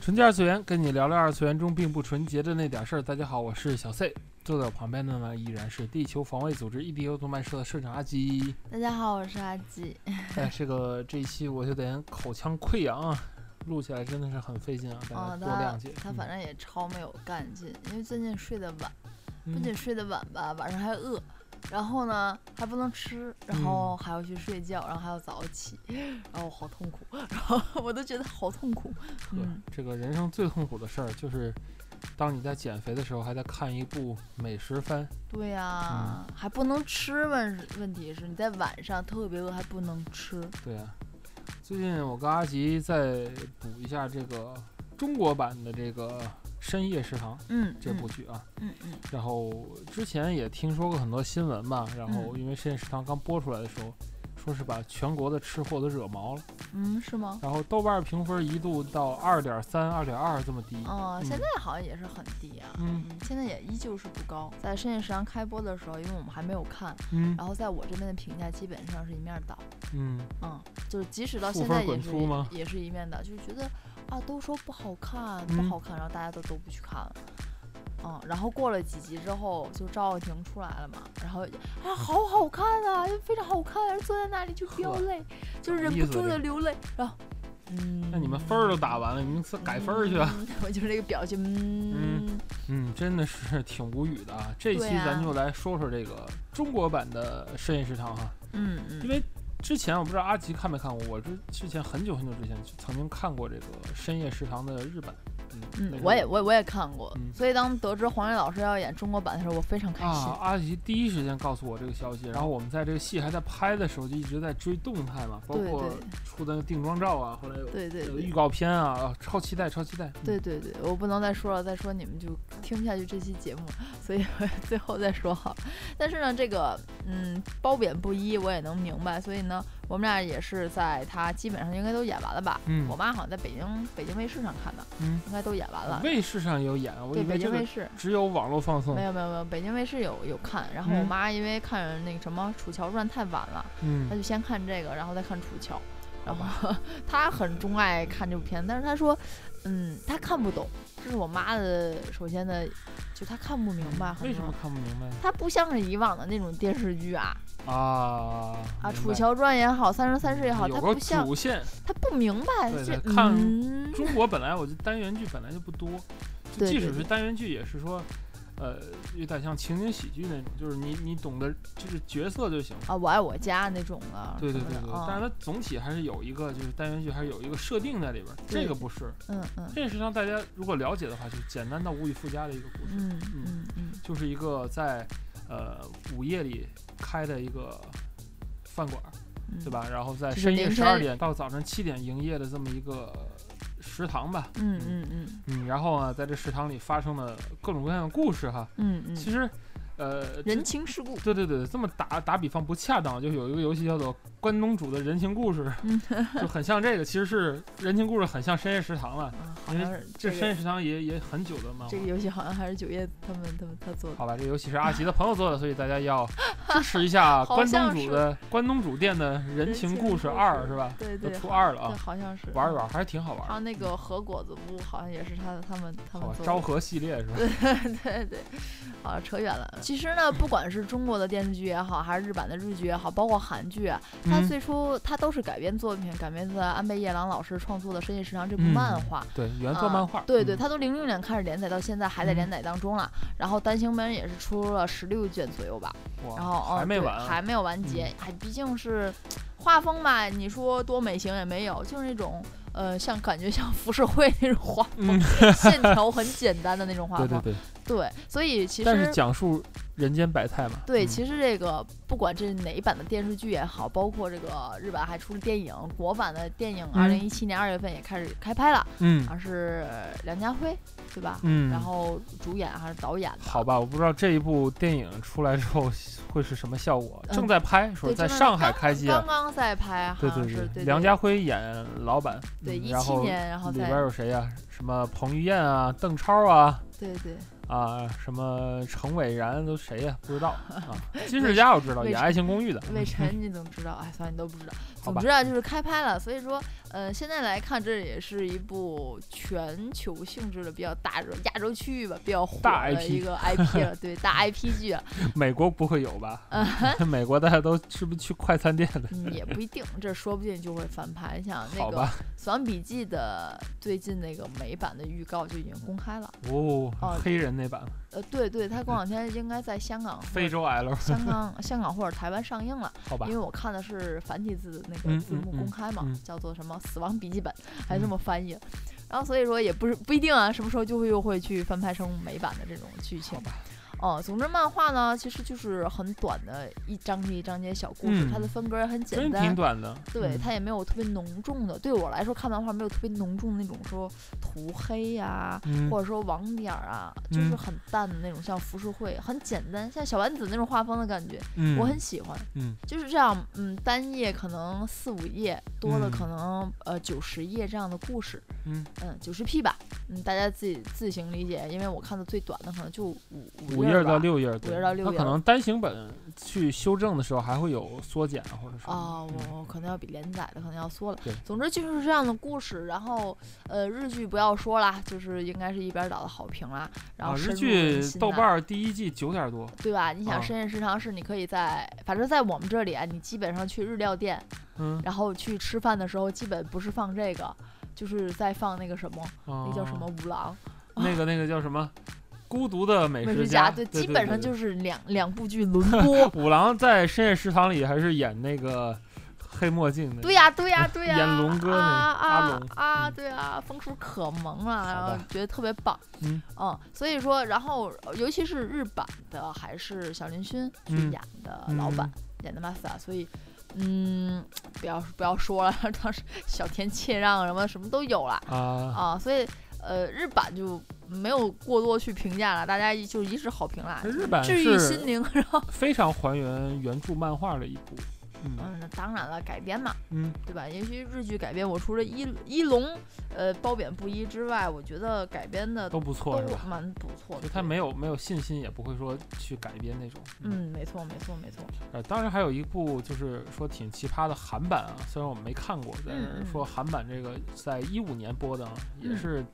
纯洁二次元，跟你聊聊二次元中并不纯洁的那点事儿。大家好，我是小 C，坐在我旁边的呢依然是地球防卫组织 EDO 动漫社的社长阿基。大家好，我是阿吉。哎，这个这一期我有点口腔溃疡啊，录起来真的是很费劲啊，大哦家，多他谅解。他嗯反正也超没有干劲，因为最近睡得晚，不嗯仅睡得晚吧，晚上还饿，然后呢还不能吃，然嗯后还要去睡觉，然后还要早起， 然后好痛苦，然后我都觉得好痛苦。对嗯，这个人生最痛苦的事儿就是，当你在减肥的时候，还在看一部美食番。对呀、嗯还不能吃问问题是你在晚上特别饿还不能吃，对啊，最近我跟阿吉在补一下这个中国版的这个《深夜食堂》嗯，这部剧啊。嗯嗯然后之前也听说过很多新闻吧，然后嗯因为深夜食堂刚播出来的时候，说是把全国的吃货都惹毛了，嗯嗯是吗？然后豆瓣评分一度到二点三、二点二这么低。哦，嗯现在好像也是很低啊。嗯嗯，现在也依旧是不高。在深夜食堂开播的时候，因为我们还没有看，嗯然后在我这边的评价基本上是一面倒，嗯，嗯，就是即使到负现分在也滚是出吗也是一面倒，就是觉得啊都说不好看，不嗯好看，然后大家都都不去看了。嗯，然后过了几集之后，就赵又廷出来了嘛，然后啊，好好看啊，非常好看，坐在那里就飙呵泪，就是好忍意不思啊住这的个流泪，然后，嗯，那你们分儿都打完了，你们改分儿去啊。嗯 我就是这个表情，嗯，嗯，真的是挺无语的啊。这期对啊咱就来说说这个中国版的《深夜食堂》哈，啊嗯因嗯为之前我不知道阿吉看没看过，我之之前很久很久之前就曾经看过这个《深夜食堂》的日版。那嗯，时我候也我也我也看过，嗯所以当得知黄磊老师要演中国版的时候，我非常开心啊。，阿吉第一时间告诉我这个消息，然后我们在这个戏还在拍的时候就一直在追动态嘛，包对括对出的那个定妆照啊，后来有对对有对预告片啊，啊超期待，超期待。嗯对，对对，我不能再说了，再说你们就听不下去这期节目，所以 最后再说好了。但是呢，这个嗯褒贬不一，我也能明白。所以呢，我们俩也是在他基本上应该都演完了吧？嗯我妈好像在北京北京卫视上看的，嗯，应该都演完了。卫视上也有演，我对，以北为京这卫个视。只有网络放送没。有没有没有，北京卫视有有看，然后我嗯妈因为看那个什么《楚乔传》太晚了，他嗯，就先看这个，然后再看《楚乔》， 然后 他很钟爱看这部片，但是他说，嗯，他看不懂，这是我妈的首先的，就他看不明白，很为什多么看不明白他不像是以往的那种电视剧啊啊？啊，《明楚白乔传》也好，《三生三世》也好，他有个不像，主线。他不明白对这对看 嗯，中国本来我就单元剧本来就不多，就对即对使是对单元剧，也是说，呃，有点像情景喜剧那种，就是你你懂得就是角色就行了。啊，我爱我家那种的，对对什么对的对，但是啊，它总体还是有一个，就是单元剧还是有一个设定在里边儿。对这个不是，嗯嗯这实际上大家如果了解的话，就是简单到无以复加的一个故事，嗯嗯嗯，就是一个在呃午夜里开的一个饭馆儿，嗯对？吧？然后在就是深夜凌十晨二点到早上七点营业的这么一个食堂吧。嗯嗯嗯嗯，然后啊，在这食堂里发生了各种各样的故事哈。嗯嗯，其实，呃，这人情世故，对对对，这么打打比方不恰当，就有一个游戏叫做《关东煮的人情故事》嗯，就很像这个，其实是人情故事很像深夜食堂了。啊，好因为像是这这个深夜食堂也也很久的漫画这个。游戏好像还是九月他们他们他做的。好吧，这游戏是阿吉的朋友做的，所以大家要支持一 下好关东像煮是的关东煮店的《人人情情故故事事二》是吧？对都对，出好二了对，啊，好像是玩一玩。还是挺好玩还的。有那个和果子屋，好像也是他他们他好们吧，做昭的。和系列是吧？ 对对，好扯远了。其实呢，不管是中国的电视剧也好，还是日版的日剧也好，包括韩剧啊，它嗯最初它都是改编作品，改编自安倍夜郎老师创作的《深夜食堂》这部嗯漫画。对原作啊漫画。对对，嗯它都零六年开始连载，到现在还在连载当中了。然后单行本也是出了十六卷左右吧。哇然后哦还嗯没对完啊，还没有完结，还毕竟是画风吧，你说多美型也没有，就是那种 嗯呃，像感觉像浮世绘那种画风，线条很简单的那种画风。对，对，所以其实但是讲述人间百态嘛。对，嗯其实这个不管这是哪一版的电视剧也好，包括这个日本还出了电影，国版的电影，二嗯零一七年二月份也开始开拍了，嗯而是梁家辉，对吧？嗯，啊然后主演还是导演的，好吧，我不知道这一部电影出来之后会是什么效果。嗯正在拍，说对，在正上海刚开机刚啊。刚在拍，好对像是对对对，梁家辉演老板。对嗯一然七后年，然后里再边有谁呀、什么彭于晏啊、邓超啊对对啊，什么程伟然都谁呀、不知 道啊。金世佳我知道，魏演《晨爱情公寓》的。魏晨，你怎么知道？哎，算了，你都不知道。嗯好总吧之啊，就是开拍了，所以说，呃，现在来看，这也是一部全球性质的比较大热亚洲区域吧，比较火大的 IP 一个 IP 了，对，大 IP 剧啊， 美国不会有吧？ 美国大家都是不是去快餐店的？嗯，也不一定，这说不定就会翻拍。你想那好个吧《死亡笔记》的最近那个美版的预告就已经公开了，哦哦，黑人那版呃，对对，它过两天应该在香港、非洲 L，香港、香港或者台湾上映了。好吧因为？我看的是繁体字那个嗯字幕嗯嗯公开嘛，嗯叫做什么《死亡笔记本》，还这么翻译。然后所以说也不是不一定啊，什么时候就会又会去翻拍成美版的这种剧情好。吧，哦，总之漫画呢，其实就是很短的一章节一章节小故事，嗯它的风格也很简真挺单。短的。对，嗯它也没有特别浓重的，对我来说看漫画没有特别浓重的那种说涂黑呀、嗯或者说网点儿啊，就是嗯很淡的那种，像浮世绘，很简单，像小丸子那种画风的感觉，嗯，我很喜欢。嗯，就是这样，嗯，单页可能四五页，多了嗯可能、呃九十页这样的故事，嗯嗯，九十 P 吧，嗯，大家自己自行理解，因为我看的最短的可能就五五页页儿儿到吧。六页儿，对页儿到六它页可儿能单行本去修正的时候还会有缩减啊或者什么。啊、嗯我我可能要比连载的可能要缩了对。总之就是这样的故事，然后呃，日剧不要说啦，就是应该是一边倒的好评啦。然后啊，深日入人剧心豆呐瓣儿第一季九点多，对吧？你啊想深夜食堂是你可以在，反正在我们这里啊，你基本上去日料店，嗯，然后去吃饭的时候，基本不是放这个，就是在放那个什么，那那叫什哦么？五郎啊那个那个叫什么？孤独的美美食家，对，对，基本上是就是 两两部剧轮播。五郎在深夜食堂里还是演那个黑墨镜的，对呀、对呀、对呀、演龙哥那啊阿啊龙啊！嗯对啊，风叔可萌了、好然后吧觉得特别棒。嗯所以说，然后呃尤其是日版的，还是小林薰去嗯演的老板、演的 master，所以。嗯，不要不要说了， 当时小田切让什么什么都有了 啊，啊，所以呃，日版就没有过多去评价了，大家就一致好评啦，日版治愈心是灵。 然后，非常还原原著漫画的一部，嗯嗯，那当然了，改编嘛，嗯，对吧？也许日剧改编，我除了一一龙，呃，褒贬不一之外，我觉得改编的都不错都是吧？蛮不错的就。他对没有没有信心，也不会说去改编那种，嗯，没错，没错，没错。呃，当然还有一部就是说挺奇葩的韩版啊，虽然我们没看过，但嗯是嗯说韩版这个在一五年播的啊，也嗯是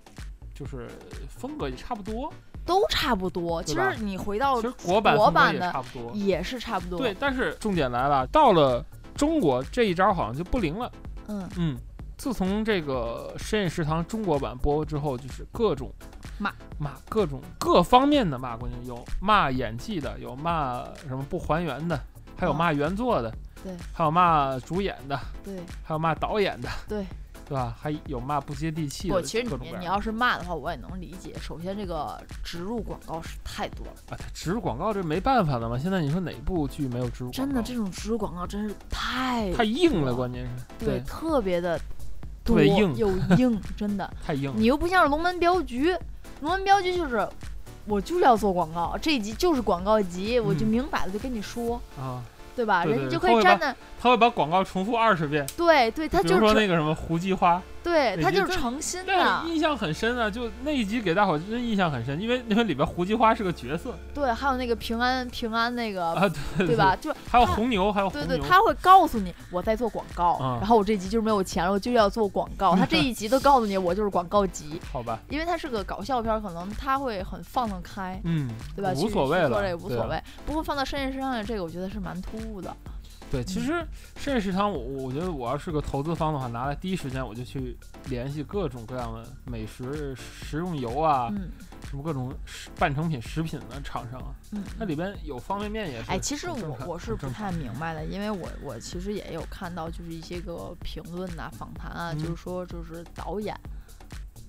就是风格也差不多，都差不多。对其吧实你回到其实国版哦国风格版也的差不多，也是差不多。对，，但是重点来了，到了中国这一招好像就不灵了，嗯，嗯。自从这个《深夜食堂》中国版播之后，就是各种骂骂各种各方面的骂，关键有骂演技的，有骂什么不还原的，还有啊骂原作的，对，还有骂主演的，对。还有骂导演的，对，对吧？还有骂不接地气的不，各其实种各你样你的。要是骂的话，我也能理解。首先，这个植入广告是太多了，啊，他植入广告这没办法的嘛。现在你说哪部剧没有植入广告？真的，这种植入广告真是太哦太硬了，多关键是对，特别的特多别 硬 嗯又硬，真的。太硬了。你又不像是龙门镖局，龙门镖局就是。我就是要做广告，这一集就是广告集，我就嗯明摆了就跟你说，啊，对吧？对对人家对就可后以尾站巴在，他会把广告重复二十遍，对对，他比就如是说诚那个什么胡姬花，对哪他集就是但是诚心的。但是印象很深啊，就那一集给大伙真印象很深，因为因为里边胡姬花是个角色对，还有那个平安平安那个，啊，对对 对？吧？就是还有他红牛，还有红牛，对对，他会告诉你我在做广告，啊然后我这集就是没有钱了，我就要做广告。他这一集都告诉你我就是广告集，好吧，因为它是个搞笑片儿，可能他会很放得开，嗯，对吧？无去所谓去了，做这个无对所啊谓。不过放到深夜食堂里这个，我觉得是蛮突兀的。对，其嗯实深夜食堂我，我我觉得我要是个投资方的话，拿来第一时间我就去联系各种各样的美食食用油啊，嗯什么各种食半成品食品的厂商啊，嗯。那里边有方便面也是。哎，其实很正我常我是很不正太明白的，因为我我其实也有看到，就是一些个评论呐、访谈啊，嗯就是说就是导演，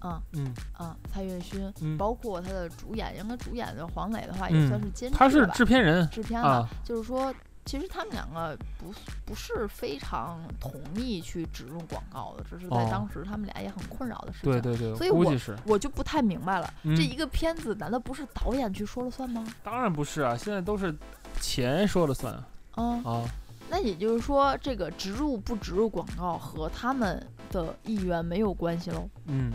嗯嗯，嗯，蔡岳勋，嗯包括他的主演，应该主演的黄磊的话嗯也算是监制吧，他是制片人制片吧，啊，就是说。其实他们两个不不是非常同意去植入广告的，这是在哦当时他们俩也很困扰的事情。对对对，所以估我计是。我就不太明白了，嗯这一个片子难道不是导演去说了算吗？当然不是啊，现在都是钱说了算啊嗯，啊。那也就是说，这个植入不植入广告和他们的意愿没有关系喽。嗯，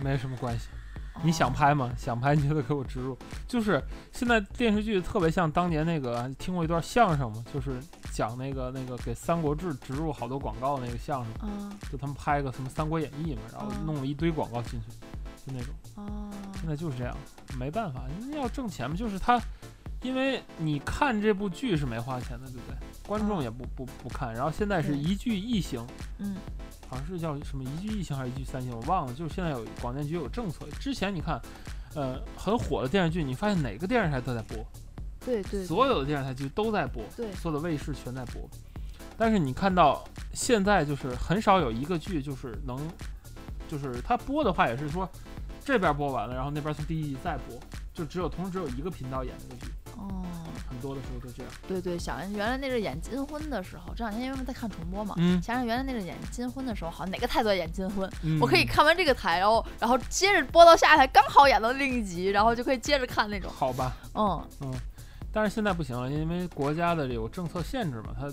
没什么关系。你想拍吗？想拍你就得给我植入。就是现在电视剧特别像当年那个，听过一段相声吗？就是讲那个那个给《三国志》植入好多广告那个相声，啊啊就他们拍个什么《三国演义》嘛，然后嗯弄了一堆广告进去，就那种。啊现在就是这样，没办法，因为要挣钱嘛，就是他，因为你看这部剧是没花钱的，对不对？观众嗯也不不不看，然后现在是对一剧一星，嗯好像是叫什么一剧一星还是一剧三星，我忘了。就是现在有广电局有政策，之前你看，呃，很火的电视剧，你发现哪个电视台都在播，对对所有的电视台剧都在播，对所有的卫视全在播。但是你看到现在就是很少有一个剧就是能，就是它播的话也是说这边播完了，然后那边从第一集再播，就只有同时只有一个频道演这个剧，哦很多的时候就这样。对对，想原来那阵演金婚的时候，这两天因为在看重播嘛，嗯，想想原来那阵演金婚的时候，好像哪个台都在演金婚，嗯我可以看完这个台，然后然后接着播到下一台，刚好演到另一集，然后就可以接着看那种。好吧，嗯但是现在不行了，因为国家的有政策限制嘛，它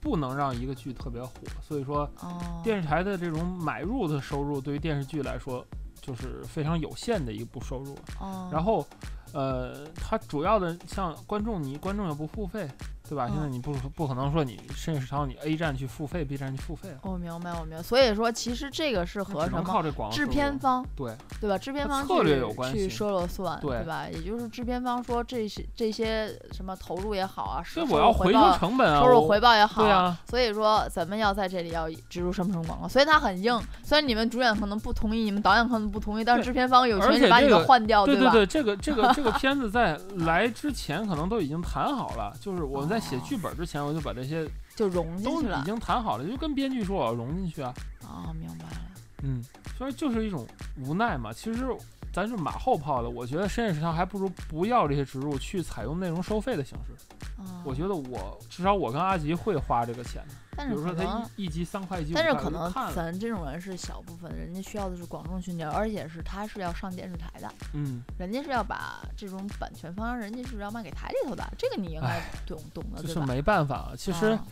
不能让一个剧特别火，所以说哦，电视台的这种买入的收入对于电视剧来说就是非常有限的一部收入。哦，然后，呃，它主要的像观众，你观众也不付费，对吧？现在嗯你不不可能说你深夜食堂你 A 站去付费，B 站去付费啊，我明白我明白，所以说其实这个是和只能什么靠这广告制收入片方对，对吧？制片和方策去略有关去系说了算，对吧？也就是制片方说这些这些什么投入也好啊，所收以收我入要回回报收成本啊，收入我回报也好，对啊，所以说咱们要在这里要植入什么什么广告，所以它很硬。虽然你们主演可能不同意，你们导演可能不同意，但是对制片方有而权利且把这你们个换掉，对吧？对，这 个这个这个片子在来之前可能都已经谈好了，就是我们在写哦剧本之前，我就把这些就融进都嗯去已了。经谈好了，就跟编剧说我要融进去啊，哦，明白了。嗯，所以就是一种无奈嘛。其实咱是马后炮的，我觉得深夜食堂还不如不要这些植入，去采用内容收费的形式。嗯、我觉得我至少我跟阿吉会花这个钱的，但比是如嗯可说他能，一一集三块一集五但块，是我可就能看了，咱这种人是小部分，人家需要的是广众群体，而且是他是要上电视台的，嗯，人家是要把这种版权方，人家是要卖给台里头的，这个你应该懂懂的，就对是吧？没办法了。其实、啊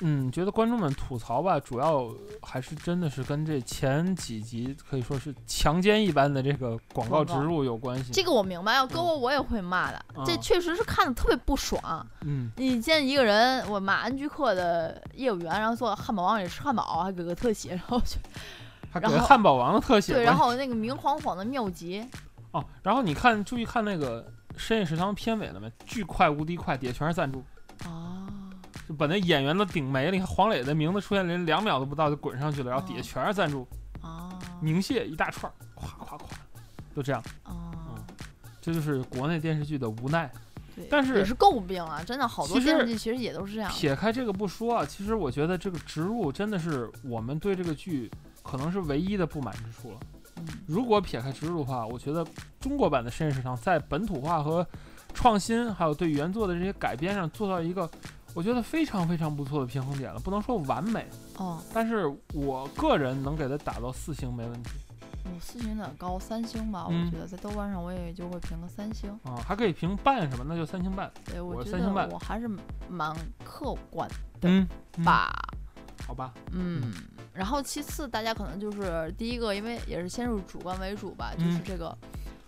嗯，觉得观众们吐槽吧，主要还是真的是跟这前几集可以说是强奸一般的这个广告广植告入有关系。这个我明白，要搁我我也会骂的，这嗯确实是看的特别不爽。嗯，你见一个人，我马安居客的业务员，然后做汉堡王里吃汉堡，还给个特写，然后就还给然后汉堡王的特写对，关然后那个明晃晃的妙极，哦，然后你看，注意看那个深夜食堂片尾了没？巨快无敌快，底下全是赞助，啊，就把那演员都顶没了。你看黄磊的名字出现连两秒都不到就滚上去了，然后底下哦全是赞助，啊明谢一大串儿，咵咵咵，就这样。啊，嗯这就是国内电视剧的无奈。对，但是也是诟病啊，真的好多其实电视剧其实也都是这样的，撇开这个不说啊，其实我觉得这个植入真的是我们对这个剧可能是唯一的不满之处了。嗯如果撇开植入的话，我觉得中国版的深夜食堂在本土化和创新，还有对原作的这些改编上，做到一个我觉得非常非常不错的平衡点了。不能说完美，哦，但是我个人能给它打到四星没问题我四星有点高，三星吧，嗯我觉得在豆瓣上我也就会评个三星，啊，还可以评半什么，那就三星半。对我我觉三星半得我还是蛮客观对嗯，吧。好吧，嗯，然后其次大家可能就是第一个，因为也是先入主观为主吧，就是嗯这个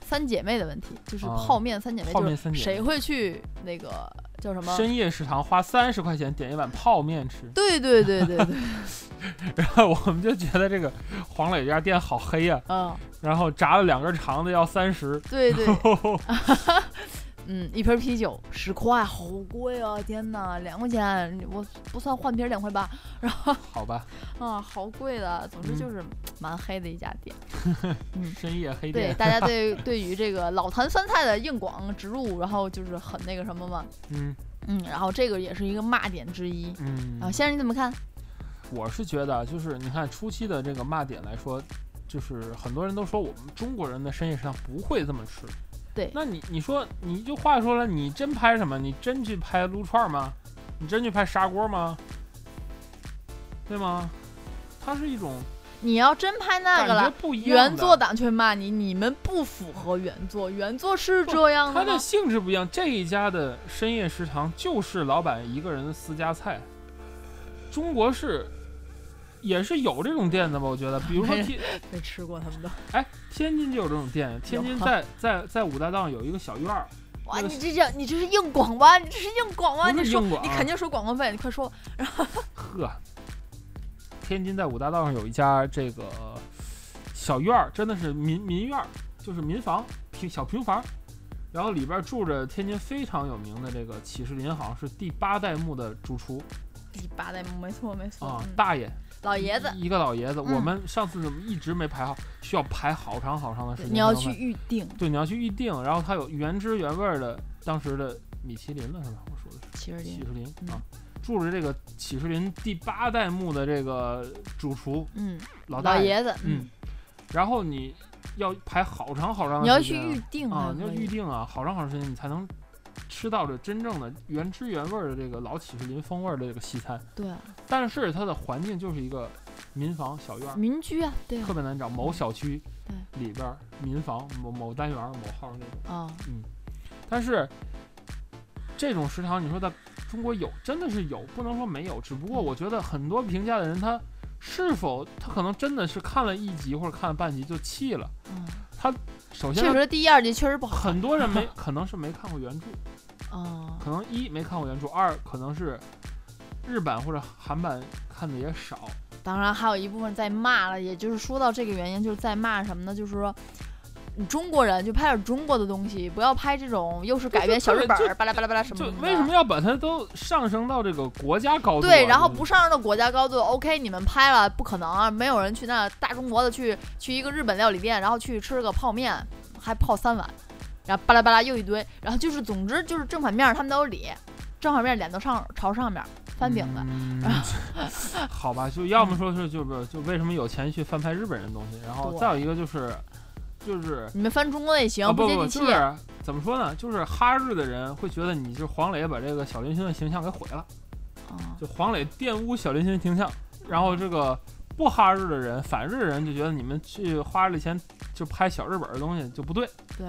三姐妹的问题，就是啊泡面三姐妹，泡面就三是姐妹谁会去那个叫什么？深夜食堂花三十块钱点一碗泡面吃， 对对对对对，然后我们就觉得这个黄磊这家店好黑呀、嗯，然后炸了两根肠子要三十，对 对，嗯，一瓶啤酒十块，好贵啊！天哪，两块钱，我不算换瓶两块八好吧，啊，好贵的。总之就是蛮黑的一家店。深夜黑店，对，大家对对于这个老坛酸菜的硬广植入，然后就是很那个什么嘛，嗯嗯，然后这个也是一个骂点之一。嗯啊，先生你怎么看？我是觉得啊，就是你看初期的这个骂点来说，就是很多人都说我们中国人的深夜食堂不会这么吃。对那你你说你就话说了，你真拍什么？你真去拍撸串吗？你真去拍砂锅吗？对吗？它是一种你要真拍那感个觉了，不一样的，原作党却骂你，你们不符合原作，原作是不这样它的的吗？性质不一样。这一家的深夜食堂就是老板一个人的私家菜。中国是也是有这种店的吧？我觉得，比如说没天没吃过他们的。哎天津就有这种店，天津有在在在五大道有一个小院儿，哇，那个你这叫你这是硬广吧？你这是硬广吧？不你是说硬广啊你肯定说广告费，你快说。呵，天津在五大道上有一家这个小院儿，真的是民民院儿，就是民房平小平房，然后里边住着天津非常有名的这个启士林，好像是第八代目的主厨第八代目，没错没错。啊，嗯大爷老爷子，一一个老爷子。嗯我们上次怎么一直没排号？需要排好长好长的时间才你能要排。去预定，对，你要去预定，然后它有原汁原味儿的当时的米其林了是吧？我说的是。其实启你士林嗯啊，住着这个启士林第八代目的这个主厨嗯，老大老爷，爷子，嗯，，然后你要排好长好长你要的时去间预定啊，啊你才要可预以定啊，好长好长时间你才能吃到这真正的原汁原味儿的这个老启士林风味儿的这个西餐。对啊，但是它的环境就是一个民房小院儿，民居啊，对啊特别难找，某小区对里边儿民房某某单元儿某号儿那种。啊，但是这种食堂，你说在中国有，真的是有，不能说没有。只不过我觉得很多评价的人，他是否他可能真的是看了一集或者看了半集就弃了。嗯，首确先，实第一二集确实不好很多人没 可能是没看过原著，啊，可能一没看过原著，二可能是日版或者韩版看的也少。当然还有一部分在骂了，也就是说到这个原因，就是在骂什么呢？就是说。你中国人就拍点中国的东西，不要拍这种又是改编小日本就儿，巴拉巴拉巴拉什么就什么的。为什么要把它都上升到这个国家高度啊、对，然后就是不上升到国家高度，OK，你们拍了不可能啊，没有人去那大中国的去去一个日本料理店，然后去吃个泡面，还泡三碗，然后巴拉巴拉又一堆，然后就是总之就是正反面他们都有理，正反面脸都上朝上面翻饼子，嗯好吧，就要么说是就不就为什么有钱去翻拍日本人的东西，然后对再有一个就是就是你们翻中国的也行，啊不接不地气就，是怎么说呢？就是哈日的人会觉得你就是黄磊把这个小林兄的形象给毁了，啊就黄磊玷污小林兄的形象，然后这个不哈日的人反日的人就觉得你们去花了钱就拍小日本的东西就不对，对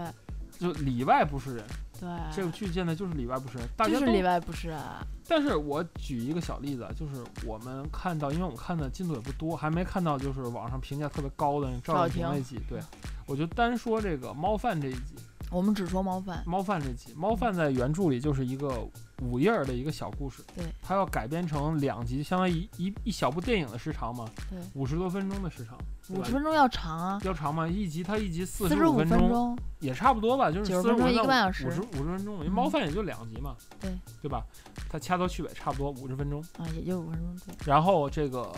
就里外不是人。对，这个剧现在就是里外不是人，大家哎就都是里外不是啊，但是我举一个小例子，啊，就是我们看到，因为我们看的进度也不多，还没看到就是网上评价特别高的赵又廷赵又嗯那集。对，我就单说这个猫饭这一集，我们只说猫饭，猫饭这集，猫饭在原著里就是一个五页儿的一个小故事，对，它要改编成两集，相当于一一一小部电影的时长嘛，对五十多分钟的时长，对五吧十分钟要长啊，要长吗？一集它一集四四十十五分分钟，钟，也差不多吧，就是90四十分钟一个半小时嗯五十五十分钟，因为猫饭也就两集嘛，对对吧？它掐头去尾差不多五十分钟。啊，也就五分钟对，然后这个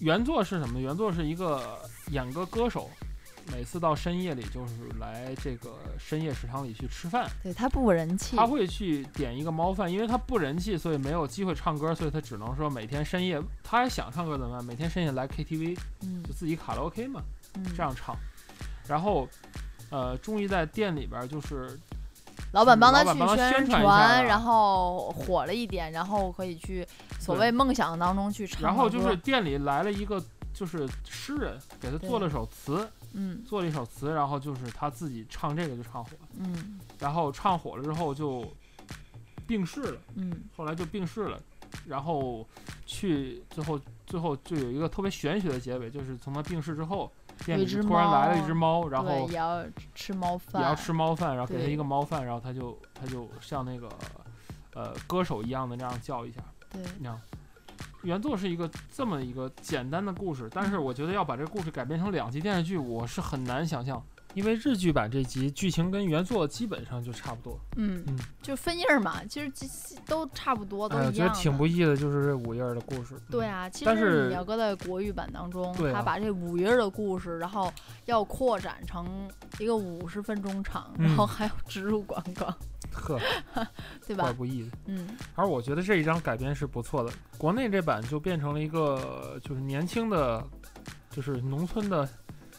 原作是什么？原作是一个演歌歌手，每次到深夜里就是来这个深夜食堂里去吃饭。对，它不人气，他会去点一个猫饭，因为他不人气，所以没有机会唱歌，所以他只能说每天深夜，他还想唱歌怎么办？每天深夜来 KTV 嗯就自己卡拉 OK 嘛，嗯，这样唱。然后，呃，终于在店里边儿就是老板帮他老板去帮他宣传一下啊传，然后火了一点，然后可以去所谓梦想当中去唱。然后就是，店里来了一个就是诗人，给他做对了首词，嗯做了一首词，然后就是他自己唱这个就唱火了，嗯然后唱火了之后就病逝了，嗯，后来就病逝了，然后去最后最后就有一个特别玄学的结尾，就是从他病逝之后，店有里一只突然来了一猫只猫，然对，后也要吃猫饭，也要吃猫饭，然后给他对一个猫饭，然后他就他就像那个呃歌手一样的这样叫一下，对，那样。原作是一个这么一个简单的故事，但是我觉得要把这个故事改编成两集电视剧，我是很难想象，因为日剧版这集剧情跟原作基本上就差不多。嗯嗯，就分页儿嘛，其实其其都差不哦多，都哎，一我样觉得的。挺不易的，就是这五页儿的故事。嗯对啊，其但实是米要搁在国语版当中对，啊他把这五页儿的故事，然后要扩展成一个五十分钟长，然后嗯还要植入广告，嗯，呵，对怪吧？不易的。嗯，而我觉得这一张改编是不错的，国内这版就变成了一个就是年轻的，就是农村的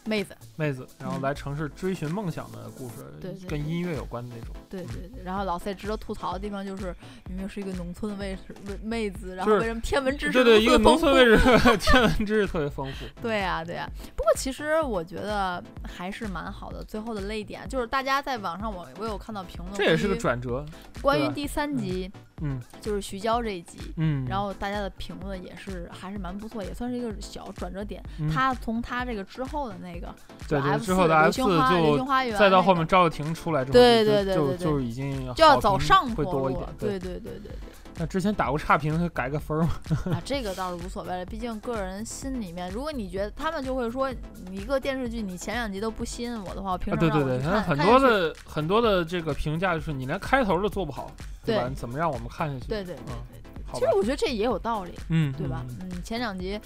妹子，妹子，然后嗯来城市追寻梦想的故事，对对跟对音乐有关的那种。对嗯对对。然后老赛值得吐槽的地方就是，明明是一个农村的妹妹子，然后就是为什么天文知识对对，一如个此农丰村富位置 天文知识特别丰富。对啊，对啊。不过其实我觉得还是蛮好的。最后的泪点就是大家在网上我，我有看到评论，这也是个转折。关于对吧第三集，嗯就是徐娇这一集。嗯，然后大家的评论也是还是蛮不错，也算是一个小转折点。嗯他从他这个之后的那个对对 F 之后的 F 流四星花流星就花园，再到后面赵又廷出来之后，对就对对就对对就是已经就要好走评上会坡多一路点了。。对，对对对对对那之前打过差评，改个分儿嘛。啊，这个倒是无所谓了，毕竟个人心里面，如果你觉得他们就会说你一个电视剧你前两集都不吸引我的话，我凭啊，什对么让对我对，去他看？很看多下去的很多的这个评价就是你连开头都做不好，对吧？对你怎么让我们看下去？对对对嗯对对。好其吧实，我觉得这也有道理，嗯，对吧嗯？嗯，前两集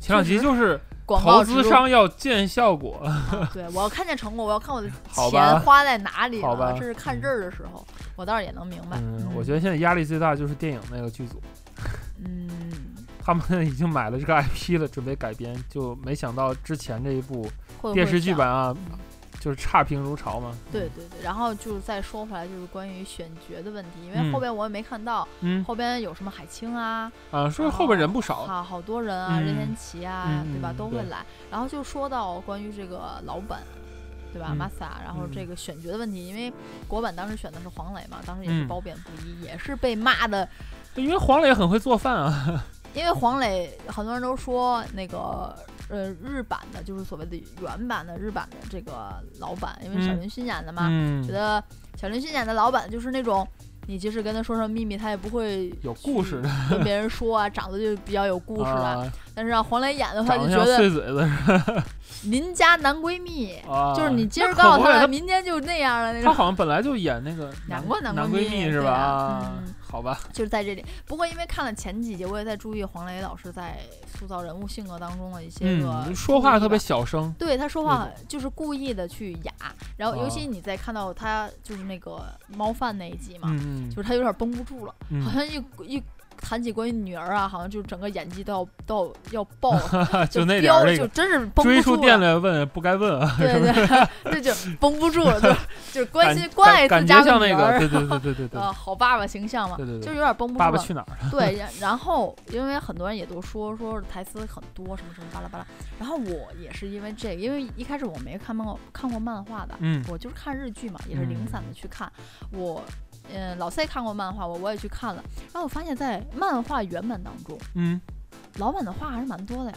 前两集就是广告投植资入商要见效果，啊对我要看见成果，我要看我的 好吧钱花在哪里好吧了，这是看这儿的时候，我倒是也能明白。嗯，我觉得现在压力最大就是电影那个剧组，嗯，他们已 经买了这个 IP 了，准备改编，就没想到之前这一部会不电会视剧像版啊嗯，就是差评如潮嘛。对对对，然后就是再说回来，就是关于选角的问题，因嗯为后边我也没看到，嗯后边有什么海清啊，啊，说后边人不少，哦好好多人啊，任嗯贤齐啊，嗯对吧，嗯都会对来。然后就说到关于这个老本，对吧嗯，Masa，然后这嗯个选角的问题，因为国版当时选的是黄磊嘛，当时也是嗯褒贬不一，也是被骂的，因为黄磊很会做饭啊。因为黄磊很多人都说那个。呃，日版的就是所谓的原版的日版的这个老版，因为小嗯林薰演的嘛，嗯觉，得小林薰演的老板就是那种，你即使跟他说什么秘密，他也不会有故事的跟别人说啊，长得就比较有故事啊。啊，但是让黄磊演的话，长就得觉像得碎嘴子邻家男闺蜜，啊，就是你今那儿可告诉不是他了，他明天就那样了那他种。好像本来就演那个演过男男闺闺蜜蜜是对吧？啊啊嗯，好吧，就是在这里。不过因为看了前几集，我也在注意黄磊老师在塑造人物性格当中的一些个、嗯，说话特别。小声，对他说那话就是故意的去哑，然后啊尤其你在看到他就是那个猫饭那一集嘛，嗯就是他有点绷不住了，嗯好像一一谈起关于女儿啊，好像就整个演技都要都要要爆了，嗯， 就那点飙儿了，那就个真是绷追不出住店了。来问不该问 啊，对对，这就绷不住了，就 就是关感心感关爱自感家觉像的女那个，儿，对对对对 对对，呃，好爸爸形象嘛，对对对就是有点绷不住爸爸了。去哪儿？ 对，然然后因为很多人也都说说台词很多什么什么巴拉巴拉，然后我也是因为这个，因为一开始我没看漫看过漫画的，嗯我就是看日剧嘛，也是零散的去看。我，嗯，老 C 看过漫画，我我也去看了。然后我发现，在漫画原版当中，嗯，老版的话还是蛮多的呀。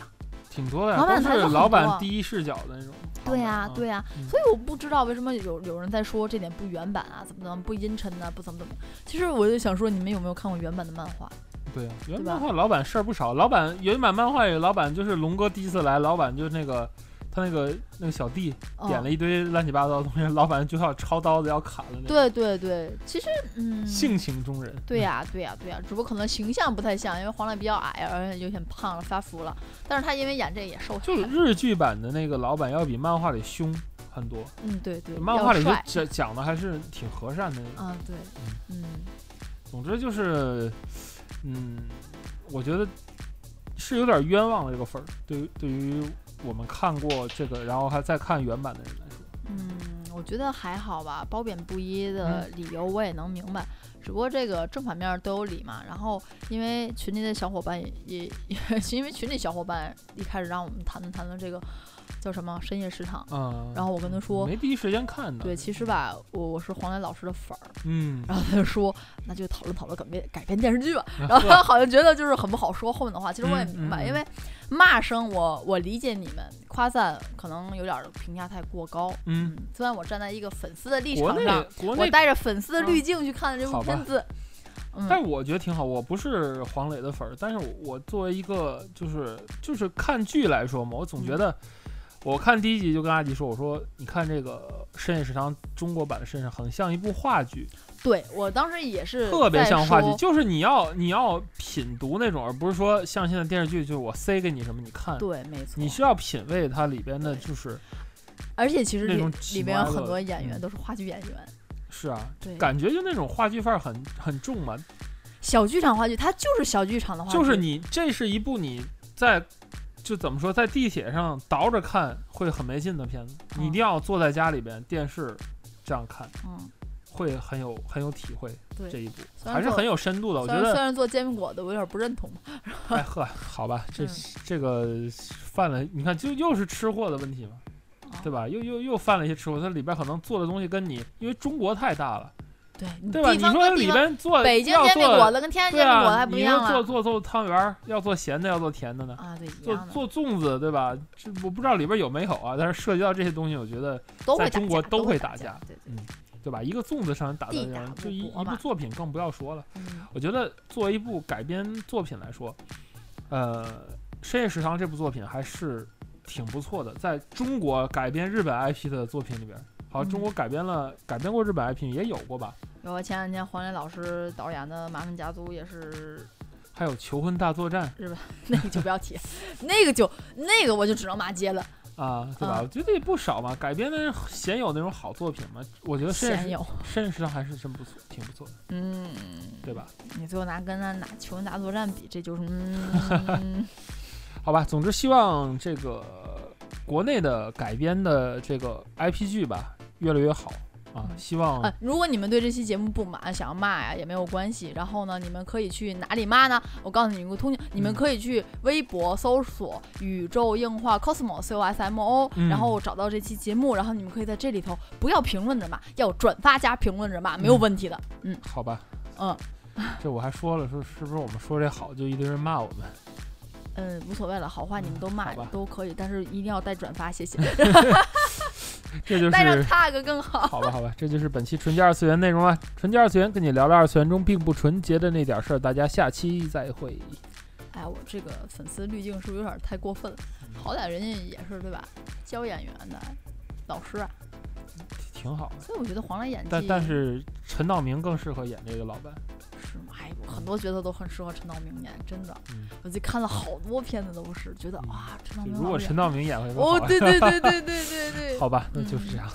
挺多的呀，老板都台词是很老多板啊第一视角的那种。对呀、呀，对呀、啊嗯所以我不知道为什么有有人在说这点不原版啊，怎么怎么不阴沉呢、不怎么怎么。其实我就想说，你们有没有看过原版的漫画？对呀，啊原对漫吧画老板事儿不少，老板原版漫画里老板就是龙哥第一次来，老板就是那个他那个那个小弟嗯、点了一堆乱七八糟的东西，老板就要抄刀子要砍了那种，嗯对对对，其实嗯，性情中人。对呀、对呀、对呀、只不过可能形象不太像，因为黄磊比较矮，而且有点胖了，发福了。但是他因为演这个也瘦下就来是了，日剧版的那个老板要比漫画里凶很多，嗯，对对，漫比较画里就帅讲讲的还是挺和善的那种。啊，对，嗯，总之就是，嗯，我觉得是有点冤枉了这个分儿，对于对于我们看过这个，然后还再看原版的人来说，嗯，我觉得还好吧，褒贬不一嗯的理由我也能明白，只不过这个正反面都有理嘛。然后因为群里的小伙伴也也，也 因为群里小伙伴一开始让我们谈论谈论这个叫什么深夜食堂，嗯，然后我跟他说。没第一时间看的，对，其实吧，我我是黄磊老师的粉儿，嗯，然后他就说，那就讨论讨论改编改编电视 剧吧。然后他好像觉得就是很不好说后面的话，其实我也明嗯白，嗯嗯因为骂声我我理解你们，夸赞可能有点儿评价太过高。嗯，虽然我站在一个粉丝的立国场内上，国我内，嗯带着粉丝的滤镜去看这好部吧片子，但嗯，是我觉得挺好。我不是黄磊的粉儿，但是我我作为一个就是就是看剧来说嘛，我总嗯觉得。我看第一集就跟阿吉说：“我说你看这个《深夜食堂》中国版的《深夜食堂》很像一部话剧，对我当时也是特别在像话剧，说就是你要你要品读那种，而不是说像现在电视剧，就是我塞给你什么你看，对，没错你。需要品味它里边的，就是而且其实那里种里喜面欢有的很多演员嗯都是话剧演员，是啊，对，感觉就那种话剧范儿很很重嘛，小剧场话剧，它就是小剧场的话剧，就是你这是一部你在就怎么说，在地铁上倒着看会很没劲的片子，你一定要坐在家里边电视这样看，嗯，会很有很有体会。对这一部虽然还是说很有深度的，我虽觉然虽得。然做煎饼果子，我有点不认同。哎呵，好 吧，这嗯这个犯了，你看就又是吃货的问题嘛，啊对吧？又又又犯了一些吃货，它里边可能做的东西跟你，因为中国太大了，对对吧？嗯地你方说跟地里方边做北京要煎饼果做子跟天津对煎饼果子啊，还不你一要样做了做做汤圆儿，要做咸的，要做甜的呢，啊，对，一做样的，做粽子对吧？这我不知道里边有没有啊，但是涉及到这些东西，我觉得都在会打中国架都都会打打架，对对嗯，对吧？一个粽子上打地断大人，物就一博一部嘛作品更不要说了。嗯我觉得作为一部改编作品来说，呃，《深夜食堂》这部作品还是挺不错的，在中国改编日本 IP 的作品里边，好，嗯中国改编了改编过日本 IP 也有过吧？有啊前两天黄磊老师导演的《麻烦家族》也是，还有《求婚大作战 那个就不要提，那个就那个我就只能骂街了，》啊，对吧？嗯我觉得也不少嘛，改编的鲜有那种好作品嘛，我觉得《深夜鲜食有。深夜食堂》还是真不错，挺不错的，嗯，对吧？你最后拿跟他拿《求婚大作战》比，这就是 嗯好吧，总之希望这个国内的改编的这个 IP 剧吧越来越好啊！嗯希望啊，如果你们对这期节目不满，想要骂呀也没有关系。然后呢，你们可以去哪里骂呢？我告诉你们一个通讯，你们嗯可以去微博搜索“宇宙硬化 cosmo c o s m o”，、嗯然后找到这期节目，然后你们可以在这里头不要评论着骂，要转发加评论着骂，嗯没有问题的。好吧，嗯， 这我还说了，说是不是我们说这好就一堆人骂我们？ 嗯，无所谓了，好话你们都骂好吧都可以，但是一定要带转 发，谢谢。这就带上是 tag 更 好。好吧，好吧，这就是本期纯洁二次元内容了。纯洁二次元跟你聊聊二次元中并不纯洁的那点事儿，大家下期再会。哎，我这个粉丝滤镜是不是有点太过分了？好歹人家也是对吧，教演员的老师啊，挺好的，所以我觉得黄磊演技，但但是陈道明更适合演这个老板。是吗？哎，我很多角色都很适合陈道明演，真的，嗯我就看了好多片子都是，觉得嗯哇，陈道就明如果老陈演道明演会更好哦，啊。 对对对对对对对对，嗯好吧，那就是这样。